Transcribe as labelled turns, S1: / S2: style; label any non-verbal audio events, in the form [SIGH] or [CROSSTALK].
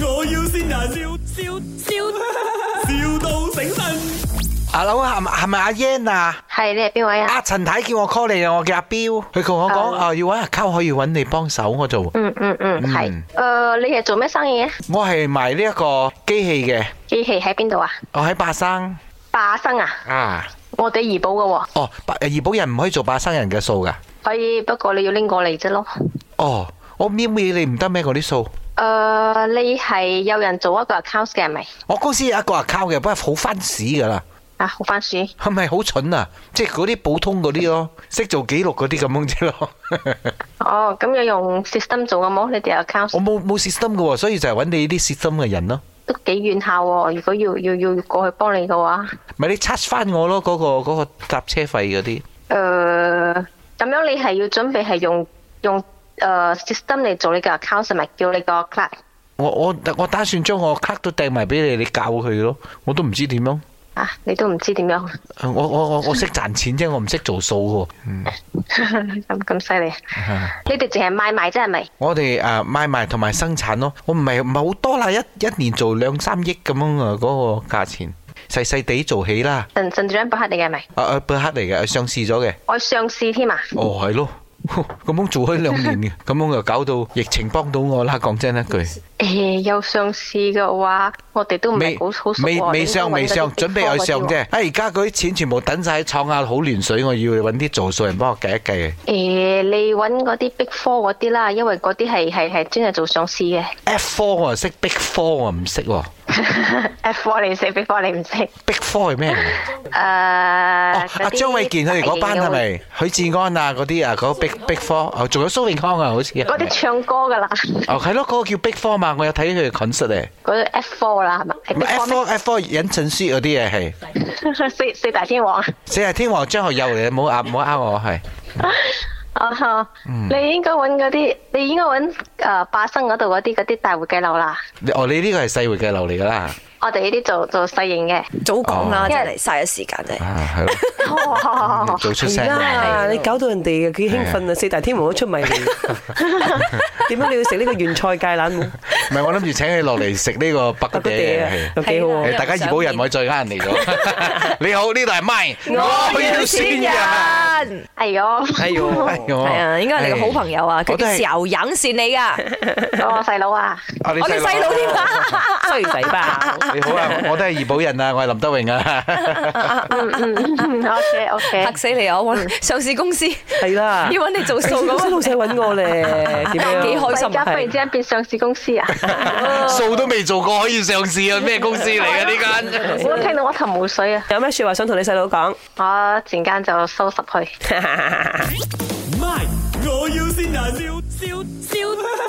S1: 要先人，笑笑笑，,笑到醒神。
S2: 阿佬係咪係咪阿 Yan 啊？
S3: 係你係邊位啊？
S2: 阿陳太叫我 call 你啊，我叫阿彪，佢同我講
S3: 啊
S2: 啊，要揾阿溝可以揾你幫手，我就
S3: 嗯嗯嗯，係。誒，你係做咩生意嘅？
S2: 我係賣呢一個機器嘅，
S3: 機器喺邊度啊？
S2: 我喺巴生
S3: 霸生啊，
S2: 啊，
S3: 我哋怡寶嘅喎，
S2: 哦，巴怡保人唔可以做巴生人嘅數噶，
S3: 可以，不過你要拎過嚟啫咯。
S2: 哦，我搣搣你唔得咩嗰啲數。
S3: 誒，呃你係有人做一個 account 嘅係咪？
S2: 我公司有一個 account 嘅，不過好番屎噶啦， [LAUGHS]
S3: 啊，好番薯。
S2: 係咪好蠢啊？即係嗰啲普通嗰啲咯，識做記錄嗰啲咁樣啫咯。
S3: 哦，咁要用 system 做嘅冇？你哋 account
S2: 我冇冇 system 嘅喎，所以就係揾你啲 system 嘅人咯。
S3: 都幾遠下喎。如果要要要過去幫你嘅話，
S2: 咪你 charge 翻我咯，嗰、個嗰、個搭車費嗰啲。
S3: 誒，呃咁樣你係要準備係用用誒 system 嚟做你嘅 account 係咪？叫你個 client。
S2: 我我我打算將我 card 都掟埋俾你，你教佢咯。我都唔知點樣。 [LAUGHS]
S3: 啊！你都唔知點樣 [LAUGHS]
S2: 我我我我識賺錢啫，我唔識做數
S3: 咁咁犀利，
S2: 喎。
S3: 你哋淨係買賣啫係咪？
S2: 我哋誒買賣同埋生產咯，我唔係唔係好多啦，一一年做兩三億咁樣啊，嗰、個價錢細細地做起啦。
S3: 神神主任不克你嘅係咪？
S2: 啊啊，貝克嚟嘅，上市咗嘅。
S3: 我上市添啊！
S2: 哦，係咯，咁樣做開兩年嘅，咁樣就搞到疫情幫到我啦。講真一句，
S3: 诶、有上市嘅話，我哋都唔
S2: 未
S3: 係好好熟喎
S2: 未未上未上，準備去上。
S3: 你應該搵嗰啲地方嗰啲喎
S2: 啫。啊，而家嗰啲錢全部等晒喺廠啊，好亂水，我要揾啲做數人幫我計一計。
S3: 诶、你揾嗰啲 Big Four 嗰啲啦，因為嗰啲係係係專係做上市嘅。
S2: F 科我就識，Big 科我唔識喎。
S3: F four 你識，Big Four 你唔識。诶、
S2: Big 科係咩嚟嘅？哦，
S3: 嗰
S2: 阿
S3: 啲
S2: 張衛健佢哋嗰班係
S3: 係嘅？
S2: 咪？許志安啊嗰啲啊，嗰 Big Big 科，哦，仲有蘇永康啊，好似係
S3: 嗰
S2: 咪
S3: 啲唱歌㗎啦，
S2: 哦，係咯，嗰個叫 Big 科嘛，我有睇佢嘅 concert 咧。
S3: 嗰啲 F four 啦，係咪係
S2: 唔係
S3: Big
S2: F 科
S3: Four
S2: F 科引陳書嗰啲嘢係。
S3: 咩 [LAUGHS] 四四大天王。
S2: 四日天王張學友嚟，唔好呃唔好呃我係。
S3: 啊哈！
S2: 嗯
S3: 你應該揾嗰啲，你應該揾誒霸生嗰度嗰啲嗰啲大活雞柳啦。
S2: 你哦，你呢個係細活嘅流嚟㗎啦。
S3: 我哋呢啲做做細型嘅。
S4: 早講啦，
S2: 哦
S4: 真係嘥咗時間啫。
S2: 啊，係咯，
S3: Ờ.
S5: 哦
S2: 做出聲
S4: 而
S2: 啦。
S4: 家啊你搞到人哋幾興奮啊！四大天王都出
S5: [LAUGHS]
S4: 埋嚟，點解你要食呢個原菜芥
S5: [LAUGHS]
S4: 蘭冇？
S2: 唔係，我諗住請你落嚟食呢個北
S4: 得
S2: 極
S4: 個地啊
S2: 嘅，，
S4: 又幾好
S2: 係
S4: 喎！
S2: 大家怡保人唔可以再呃人嚟咗。 [LAUGHS] 你好，呢度係咪？我要先人。
S5: 人，
S3: 哎呦，
S2: 哎呦，哎
S5: 系
S2: 係
S5: 啊，應該係你嘅好朋友啊，佢
S2: 我都
S5: 叫
S2: 係
S5: 邵影善你噶，
S3: 我細佬啊，
S2: 啊你哦
S5: 我嘅細佬添啊。
S4: 衰仔
S5: [LAUGHS]
S4: 吧，
S2: 你好啊，我都係怡保人啊，我係林德榮啊。
S3: 嗯嗯，OK
S5: 嚇
S3: OK，
S5: 死你啊！我揾上市公司要
S4: 係啦。
S5: 揾你做數
S4: 公司
S5: 咁
S4: 老細揾
S5: [LAUGHS]
S4: 我咧，點樣？
S5: 幾 [LAUGHS] 開心
S3: 而
S5: 啊
S3: 家忽然之
S4: 係
S3: 間變上市公司
S5: [LAUGHS]
S3: 啊！
S2: [LAUGHS]
S5: 哦
S2: 數都未做過，可以上市啊？咩公司嚟嘅呢
S5: [LAUGHS]
S2: 間？
S3: 我聽到我頭霧水啊！
S4: 有咩説話想同你細佬講？
S3: 我陣間就收拾佢。
S1: My，我要先人，笑笑笑。